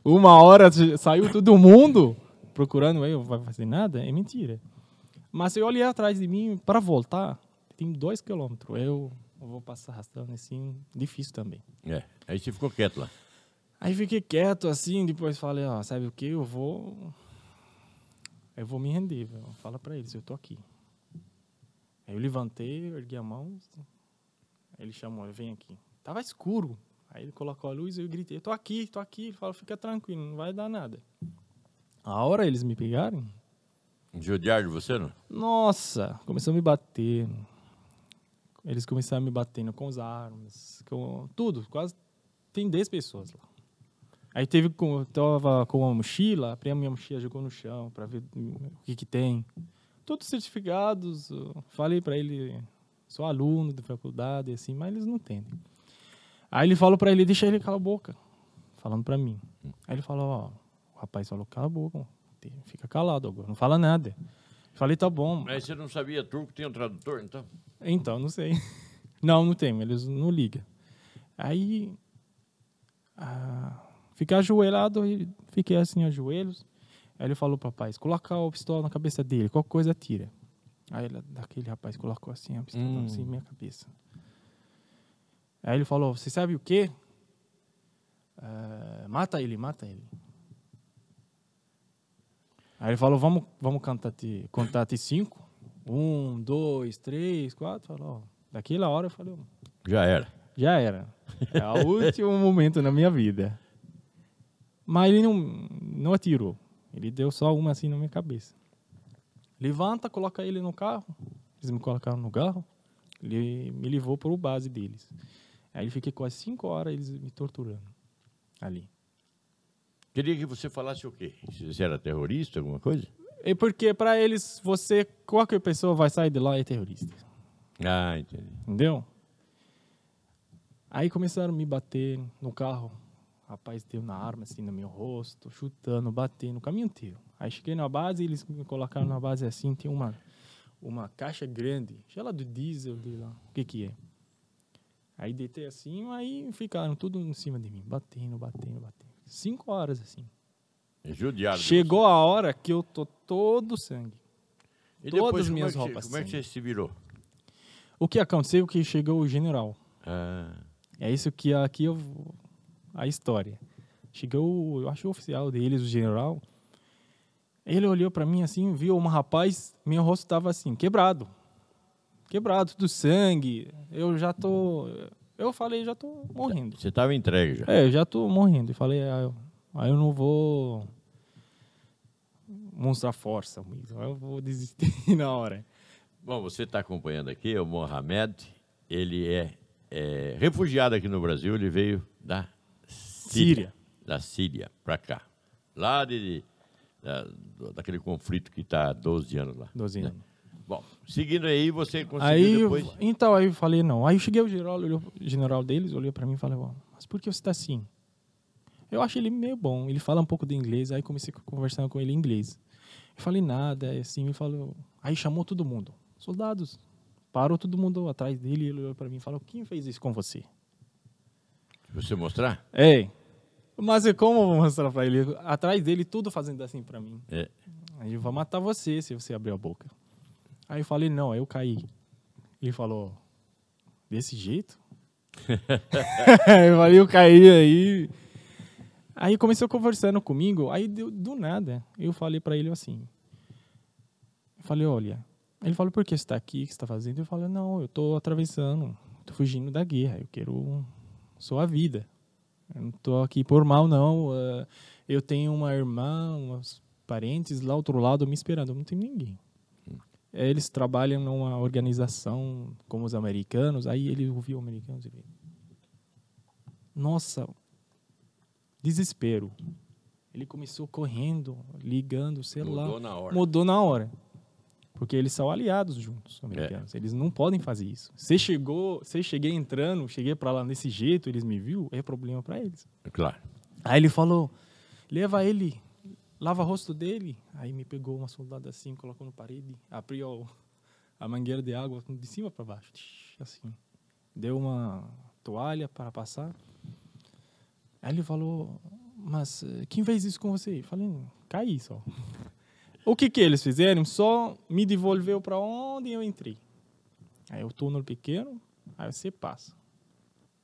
B: Uma hora se- saiu todo mundo procurando eu, vai fazer nada? É mentira. Mas eu olhei atrás de mim para voltar, tem dois quilômetros. Eu vou passar arrastando assim, difícil também.
A: É. Aí você ficou quieto lá.
B: Aí fiquei quieto assim, depois falei, ó, sabe o que? Eu vou. Eu vou me render, velho. Fala pra eles, eu tô aqui. Aí eu levantei, ergui a mão. assim. Aí ele chamou, vem aqui. Tava escuro. Aí ele colocou a luz e eu gritei, eu tô aqui, tô aqui. Ele falou, fica tranquilo, não vai dar nada. A hora eles me pegarem,
A: Judiar de você, não?
B: nossa, começou a me bater. Eles começaram a me batendo com as armas, com tudo, quase tem 10 pessoas lá. Aí teve com eu tava com uma mochila, abri a minha mochila, jogou no chão para ver o que que tem. Todos certificados, eu falei para ele, sou aluno da faculdade assim, mas eles não entendem. Aí ele falou para ele, deixa ele calar a boca, falando para mim. Aí ele falou, ó, o rapaz falou, cala a boca, fica calado agora, não fala nada. Falei, tá bom.
A: Mas você não sabia turco, tem um tradutor, então?
B: Então, não sei. Não, não tem, eles não ligam. Aí, ah, fiquei ajoelhado e fiquei assim, ajoelhos. Aí ele falou, papai, coloca a pistola na cabeça dele, qualquer coisa tira. Aí ele, aquele rapaz colocou assim a pistola
A: Hum.
B: assim, na minha cabeça. Aí ele falou, você sabe o quê? Ah, mata ele, mata ele. Aí ele falou, vamos, vamos cantar te, contar até cinco. Um, dois, três, quatro. Falou, ó, daquela hora eu falei, ó,
A: Já era.
B: já era. É o último momento na minha vida. Mas ele não, não atirou. Ele deu só uma assim na minha cabeça. Levanta, coloca ele no carro. Eles me colocaram no carro. Ele me levou para o base deles. Aí eu fiquei quase cinco horas eles me torturando ali.
A: Queria que você falasse o quê? Você era terrorista, alguma coisa?
B: É porque para eles, você, qualquer pessoa vai sair de lá é terrorista.
A: Ah, entendi.
B: Entendeu? Aí começaram a me bater no carro, Rapaz, deu na arma, assim, no meu rosto, chutando, batendo, o caminho inteiro. Aí cheguei na base, eles me colocaram na base assim, tem uma, uma caixa grande, sei lá, do diesel, de lá, o que que é. Aí deitei assim, aí ficaram tudo em cima de mim, batendo, batendo, batendo. Cinco horas, assim.
A: É judiado. de
B: Chegou a hora que eu tô todo sangue.
A: você. E depois,
B: todas as
A: como
B: minhas
A: é que,
B: roupas
A: Como é que
B: sem.
A: você se virou?
B: O que aconteceu é que chegou o general.
A: Ah,
B: É isso que aqui eu, vou- a história. Chegou, eu acho o oficial deles, o general. Ele olhou para mim assim, viu um rapaz, meu rosto tava assim, quebrado. Quebrado do sangue. Eu já tô, eu falei, já tô morrendo.
A: você estava entregue já.
B: É, eu já tô morrendo. Eu falei, ah, eu, ah, eu não vou mostrar força, mesmo. eu vou desistir na hora.
A: Bom, você está acompanhando aqui é o Mohamed. Ele é, é, refugiado aqui no Brasil. Ele veio da Síria.
B: Síria.
A: Da Síria para cá. Lá de, da- do- daquele conflito que está há 12 anos lá.
B: 12 anos.
A: Bom, seguindo aí, você conseguiu
B: Aí,
A: depois.
B: então, aí eu falei, não. Aí eu cheguei, o general, olhou, o general deles olhou pra mim e falou, "Ó, mas por que você tá assim? Eu acho ele meio bom, ele fala um pouco de inglês, aí comecei a conversar com ele em inglês. Eu falei nada, aí assim, ele falou, aí chamou todo mundo, soldados, parou todo mundo atrás dele, ele olhou pra mim e falou, quem fez isso com você?
A: Você mostrar?
B: Ei, mas e como eu vou mostrar pra ele? Atrás dele, tudo fazendo assim pra mim.
A: É.
B: A gente vai matar você se você abrir a boca. Aí eu falei, não, aí eu caí. Ele falou, desse jeito? eu falei, eu caí aí. Aí começou conversando comigo, aí deu- do nada eu falei pra ele assim. Eu falei, olha. Ele falou, por que você tá aqui? O que você tá fazendo? Eu falei, não, eu tô atravessando, tô fugindo da guerra, eu quero sua vida. Eu não tô aqui por mal, não. ah, eu tenho uma irmã, umas parentes lá outro lado me esperando. Não tem ninguém. Eh, Eles trabalham numa organização como os americanos. Aí ele ouviu americanos e veio. Nossa, desespero. Ele começou correndo, ligando, sei lá.
A: Mudou na hora.
B: Mudou na hora. Porque eles são aliados juntos, os americanos. Eles não podem fazer isso. Se chegou, se eu cheguei entrando, cheguei para lá desse jeito, eles me viu, é problema para eles.
A: Claro.
B: Aí ele falou: leva ele, lava o rosto dele. Aí me pegou uma soldada assim, colocou na parede, abriu a mangueira de água de cima para baixo, tsh, assim. Deu uma toalha para passar. Aí ele falou: Mas eh, quem fez isso com você? Eu falei: "Não, Caí só. O que que eles fizeram? Só me devolveu para onde eu entrei. Aí o túnel pequeno, aí você passa.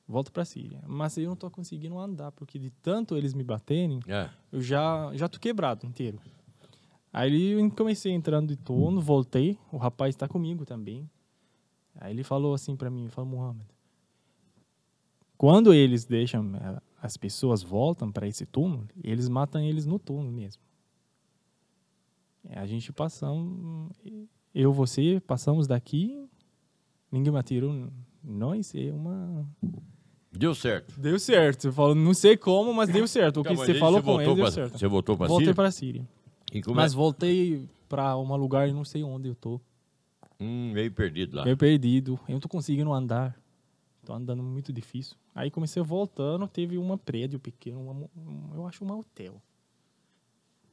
B: Volto para Síria. Mas eu não tô conseguindo andar, porque de tanto eles me baterem,
A: É.
B: eu já já tô quebrado inteiro. Aí eu comecei entrando de turno, voltei, o rapaz está comigo também. Aí ele falou assim para mim, falou Mohamed, quando eles deixam eh, as pessoas voltam para esse túmulo, eles matam eles no túmulo mesmo. É, A gente passamos, eu, você, passamos daqui, ninguém matou nós, é uma
A: Deu certo.
B: Deu certo. Eu falo, não sei como, mas deu certo. O que
A: Calma,
B: você
A: aí
B: falou com ele
A: voltou
B: deu
A: pra-
B: certo.
A: Você voltou para
B: Voltei
A: Síria?
B: para Síria.
A: E como é-
B: Mas voltei para um lugar, não sei onde eu tô.
A: Hum, meio perdido lá.
B: Meio perdido. Eu não tô conseguindo andar. Tô andando muito difícil. Aí comecei voltando, teve uma prédio pequeno, uma mo- um- eu acho um hotel.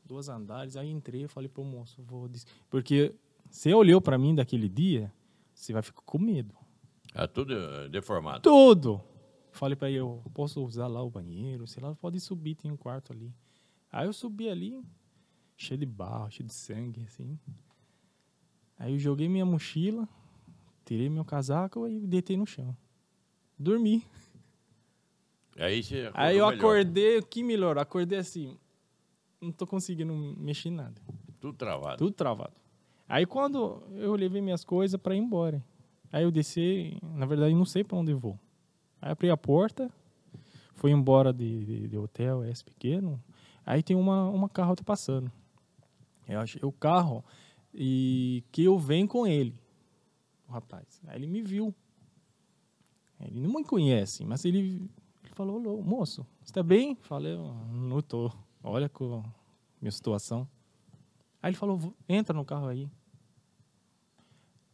B: Dois andares, aí entrei e falei pro moço, vou... des- Porque você olhou para mim daquele dia, você vai ficar com medo.
A: É tudo eh, deformado.
B: Tudo. Falei pra ele, eu posso usar lá o banheiro, sei lá, pode subir, tem um quarto ali. Aí eu subi ali, cheio de barro, cheio de sangue, assim. Aí eu joguei minha mochila, tirei meu casaco e deitei no chão. Dormi.
A: Aí você
B: Aí eu
A: acordou melhor. né?
B: acordei, que melhor, acordei assim, não tô conseguindo mexer em nada.
A: Tudo travado.
B: Tudo travado. Aí quando eu levei minhas coisas para ir embora. Aí eu desci, na verdade não sei para onde eu vou. Aí abri a porta, fui embora de, de, de hotel, é pequeno. Aí tem uma uma carro tá passando. Eu achei o carro e que eu venho com ele, o rapaz. Aí ele me viu. Ele não me conhece, mas ele, ele falou, "Alô, moço, você tá bem? Falei, não tô. Olha com minha situação. Aí ele falou, "Vo- entra no carro aí.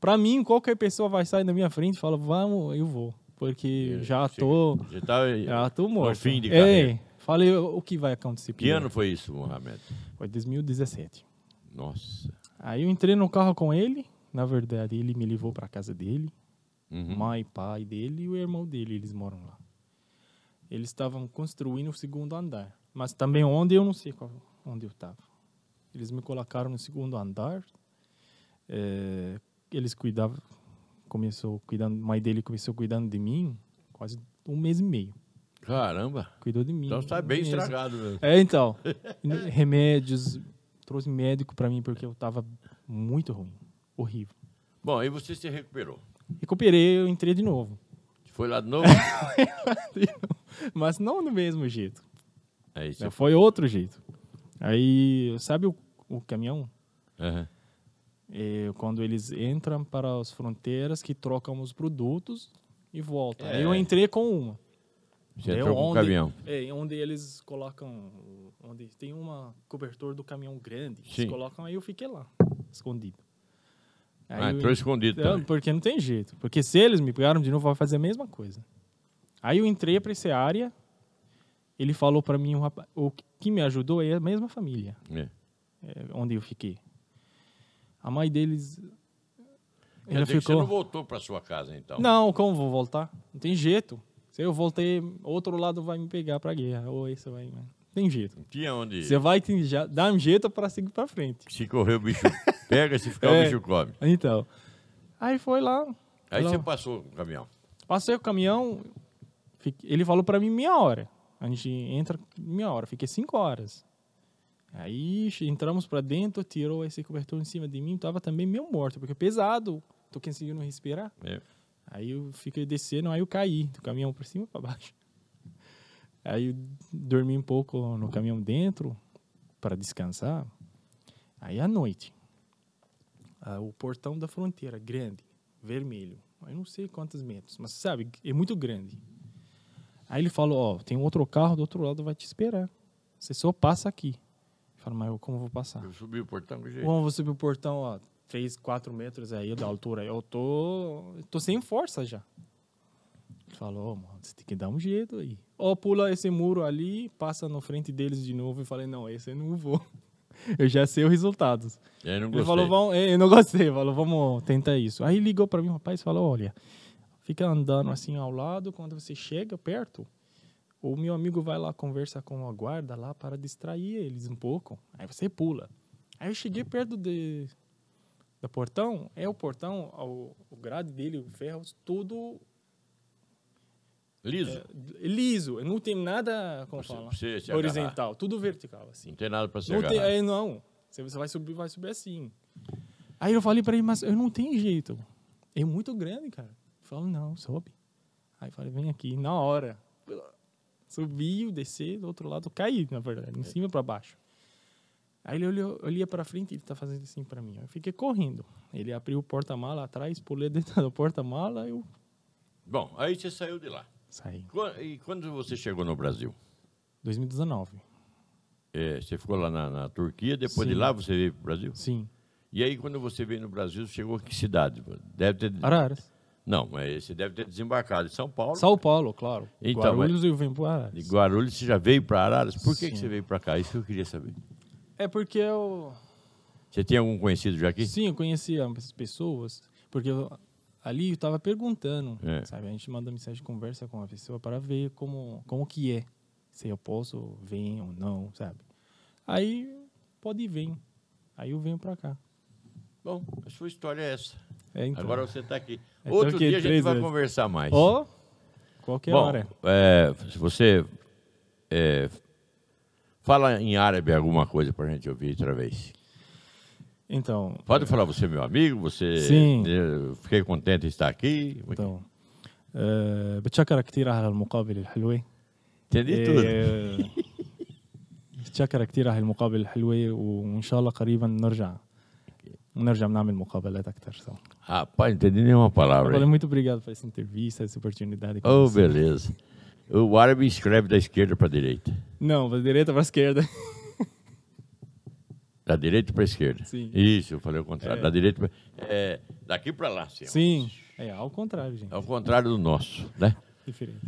B: Pra mim, qualquer pessoa vai sair da minha frente e fala, vamos, eu vou. Porque já
A: Você-
B: tô,
A: Você tá,
B: já tô morto.
A: fim de
B: É,
A: carreira.
B: Falei o o que vai acontecer.
A: Que
B: primeiro.
A: ano foi isso, Mohamed?
B: Foi 2017.
A: Nossa.
B: Aí eu entrei no carro com ele. Na verdade, ele me levou para casa dele.
A: Uhum.
B: Mãe, pai dele e o irmão dele, eles moram lá. Eles estavam construindo o segundo andar. Mas também onde eu não sei qual, onde eu estava. Eles me colocaram no segundo andar. Eh, eles cuidavam, começou cuidando, mãe dele começou cuidando de mim quase um mês e meio.
A: Caramba.
B: Cuidou de mim.
A: Então está bem
B: mesmo.
A: estragado mesmo.
B: É, então. n- Remédios, trouxe médico para mim porque eu tava muito ruim, horrível.
A: Bom, aí você se recuperou.
B: Recuperei, eu entrei de novo.
A: Foi lá de novo?
B: Mas não do mesmo jeito.
A: Aí você...
B: né, Foi outro jeito. Aí, sabe o, o caminhão?
A: Aham.
B: É, quando eles entram para as fronteiras que trocam os produtos e voltam.
A: É.
B: Aí eu entrei com uma.
A: Você
B: Daí
A: entrou com o caminhão.
B: É, onde eles colocam. Onde tem uma cobertor do caminhão grande.
A: Sim.
B: Eles colocam, aí eu fiquei lá, escondido. Aí
A: Ah,
B: eu
A: entrou escondido
B: Então,
A: também.
B: porque não tem jeito. Porque se eles me pegaram de novo, vai fazer a mesma coisa. Aí eu entrei para essa área. Ele falou para mim, o, rapa- o que me ajudou é a mesma família,
A: É.
B: é, onde eu fiquei. A mãe deles.
A: Quer
B: Ela
A: dizer que você
B: ficou.
A: não voltou para sua casa, então?
B: Não, como vou voltar? Não tem jeito. Se eu voltei, outro lado vai me pegar pra guerra. Ou isso vai. né? Não tem jeito.
A: Não tinha onde...
B: Você vai te- já dar um jeito pra seguir pra frente.
A: Se correr o bicho pega, se ficar o
B: É.
A: bicho come.
B: Então. Aí foi lá.
A: Aí
B: Não.
A: você passou com o caminhão.
B: Passei o caminhão. fique- Ele falou pra mim meia hora. A gente entra meia hora. Fiquei cinco horas. Aí che- entramos pra dentro, tirou esse cobertor em cima de mim. Tava também meio morto, porque pesado. Tô conseguindo respirar.
A: É.
B: Aí eu fiquei descendo, aí eu caí do caminhão pra cima e pra baixo. Aí eu dormi um pouco no caminhão dentro para descansar. Aí à noite, ah, o portão da fronteira, grande, vermelho. Eu não sei quantos metros, mas sabe, é muito grande. Aí ele falou, ó, tem um outro carro do outro lado vai te esperar. Você só passa aqui. Eu falo, mas eu como vou passar?
A: Eu subi o portão com jeito.
B: Bom, vou subir o portão, ó, 3, 4 metros aí da altura. Eu tô, tô sem força já. Ele Falou, "Ô, mano, você tem que dar um jeito aí. Ou pula esse muro ali, passa na frente deles de novo. E falei, não, esse eu não vou. Eu já sei os resultados.
A: E aí não
B: Ele
A: gostei.
B: falou, vamos, é, eu não gostei. Falou, vamos tentar isso. Aí ligou pra mim, rapaz, e falou, olha, fica andando assim ao lado. Quando você chega perto, o meu amigo vai lá conversar com a guarda lá para distrair eles um pouco. Aí você pula. Aí eu cheguei perto de, do portão. É o portão, o, o grade dele, o ferro, tudo
A: Liso.
B: é, liso. Não tem nada, como
A: Você-
B: fala,
A: você se agarrar.
B: horizontal. Tudo vertical, assim.
A: Não tem nada para ser
B: Não tem, é.
A: agarrado.
B: aí não. Se você vai subir, vai subir assim. Aí eu falei pra ele, mas eu não tenho jeito. É muito grande, cara. Ele falou, não, sobe. Aí eu falei, vem aqui, na hora. Subiu, desci, do outro lado, caí, na verdade, em cima pra baixo. Aí ele olhou, olhia pra frente e ele tá fazendo assim pra mim. Eu fiquei correndo. Ele abriu o porta-mala atrás, pulei dentro do porta-mala, eu
A: Bom, aí você saiu de lá.
B: saí.
A: Qu- E quando você chegou no Brasil?
B: 2019.
A: É, você ficou lá na, na Turquia, depois de
B: Sim.
A: lá você veio para o Brasil?
B: Sim.
A: E aí, quando você veio no Brasil, você chegou a que cidade? Deve ter...
B: Araras.
A: Não, mas você deve ter desembarcado em São Paulo.
B: São Paulo, claro.
A: Então,
B: Guarulhos eu venho pro
A: De
B: Araras.
A: Guarulhos, você já veio para Araras? Por que, que
B: Sim.
A: você veio para cá? Isso que eu queria saber.
B: É porque eu...
A: Você tem algum conhecido já aqui?
B: Sim, eu conhecia essas pessoas, porque eu- ali eu estava perguntando,
A: É.
B: sabe? A gente manda mensagem de conversa com a pessoa para ver como, como que é, se eu posso vir ou não, sabe? Aí pode vir, aí eu venho para cá.
A: Bom, a sua história é essa.
B: É, então.
A: Agora você está aqui.
B: Então,
A: Outro
B: que
A: dia a gente
B: três
A: vai
B: vezes.
A: conversar mais.
B: Ó, qualquer
A: Bom,
B: hora.
A: é, se você é, fala em árabe alguma coisa para a gente ouvir outra vez.
B: Então,
A: Pode falar, você é meu amigo, você... né,
B: Sim.
A: Eu fiquei contente de estar aqui.
B: então. آه، بتشكرك كثير على المقابلة الحلوة
A: Entendi
B: é.
A: tudo.
B: آه، بتشكرك كثير على المقابلة الحلوة وإن شاء الله قريبا نرجع نرجع بنعمل مقابلات أكثر سوا
A: Rapaz, não entendi nenhuma
B: Eu
A: palavra.
B: falei
A: hein?
B: muito obrigado por essa entrevista, essa oportunidade. com
A: Oh,
B: você.
A: beleza. O árabe escreve da esquerda para a direita.
B: Não, da direita para esquerda.
A: Da direita para a esquerda.
B: Sim.
A: Isso, eu falei o contrário.
B: É.
A: Da direita para... É, daqui para lá, senhor. Oh.
B: Sim. É ao contrário, gente.
A: É o contrário do nosso, né?
B: Diferente.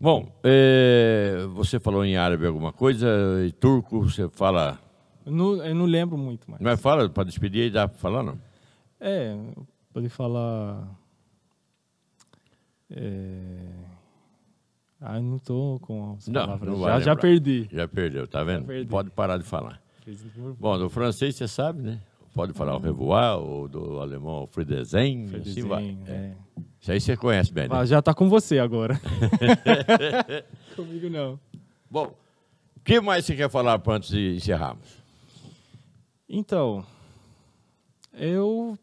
A: Bom, eh, você falou em árabe alguma coisa, e turco, você fala.
B: Eu não, eu não lembro muito mais.
A: Mas fala, para despedir aí dá para falar, não?
B: É, pode falar. É... Ah, eu não tô com as
A: Não,
B: palavras.
A: não vai
B: já, já
A: lembrar.
B: perdi.
A: Já perdeu, tá vendo?
B: perdi.
A: Pode parar de falar. Bom, do francês você sabe, né? Pode falar o revoar, ou do alemão o Friedesen, assim
B: Desenho,
A: vai. É.
B: é.
A: Isso aí você conhece bem, né?
B: Ah, já tá com você agora. Comigo não.
A: Bom, o que mais você quer falar para antes de encerrarmos?
B: Então, eu.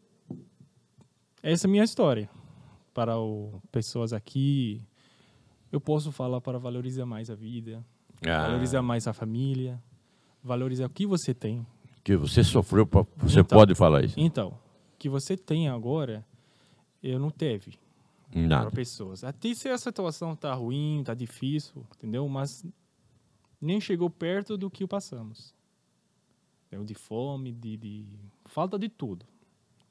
B: Essa é a minha história. Para o, pessoas aqui, eu posso falar para valorizar mais a vida,
A: Ah,
B: valorizar mais a família, valorizar o que você tem.
A: que você sofreu, pra, você
B: Então.
A: pode falar isso?
B: Então, o que você tem agora, eu não teve para
A: Nada.
B: pessoas. Até se a situação tá ruim, tá difícil, entendeu? Mas nem chegou perto do que passamos. Entendeu? De fome, de, de falta de tudo.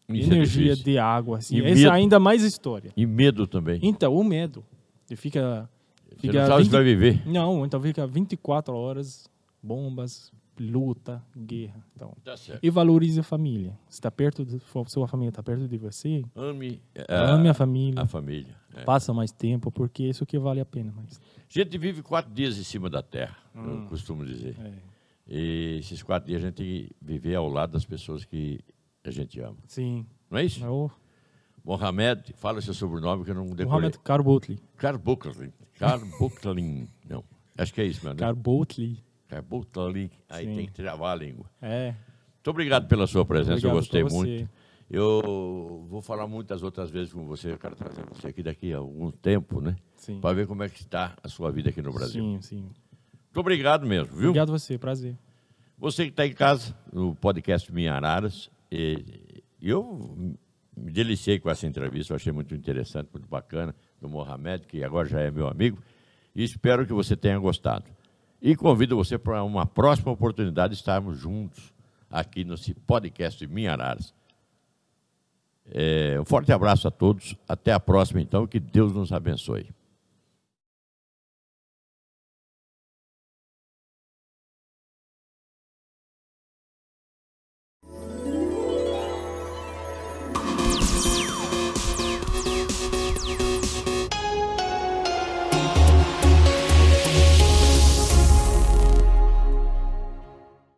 A: Isso é
B: energia
A: difícil.
B: de água, assim.
A: E
B: Essa
A: medo.
B: ainda mais história.
A: E medo também.
B: Então, o medo. Você fica.
A: Você
B: fica
A: não sabe se vai
B: 20
A: viver.
B: não, então fica 24 horas, bombas, luta, guerra. Então.
A: Tá certo.
B: E valorize a família. Se tá perto de, sua família está perto de você,
A: Ame,
B: ame
A: a,
B: a família.
A: É. a família. é.
B: Passa mais tempo, porque isso que vale a pena mais.
A: A gente vive quatro dias em cima da terra, eu costumo dizer.
B: Hum. É.
A: E esses quatro dias a gente tem que viver ao lado das pessoas que a gente ama.
B: Sim.
A: Não é isso?
B: É o
A: Mohamed, fala o seu sobrenome que eu não decorei.
B: Mohamed Carbotli.
A: Né? Carbuclin. Carbuclin. não, acho que é isso, meu né?
B: Carbotli.
A: Carbuclin. Aí
B: Sim.
A: tem que travar a língua.
B: É.
A: Muito obrigado pela sua presença, eu
B: Obrigado
A: gostei
B: pra você.
A: muito. Eu vou falar muitas outras vezes com você, eu quero trazer você aqui daqui a algum tempo, né?
B: Sim.
A: Para ver como é que está a sua vida aqui no Brasil.
B: Sim, sim.
A: Muito obrigado mesmo, viu?
B: Obrigado a você, prazer.
A: Você que está em casa, no podcast Minha Araras, e eu me deliciei com essa entrevista, eu achei muito interessante, muito bacana, do Mohamed, que agora já é meu amigo, e espero que você tenha gostado. E convido você para uma próxima oportunidade de estarmos juntos aqui nesse podcast Minha Araras. É, um forte abraço a todos, até a próxima então, que Deus nos abençoe.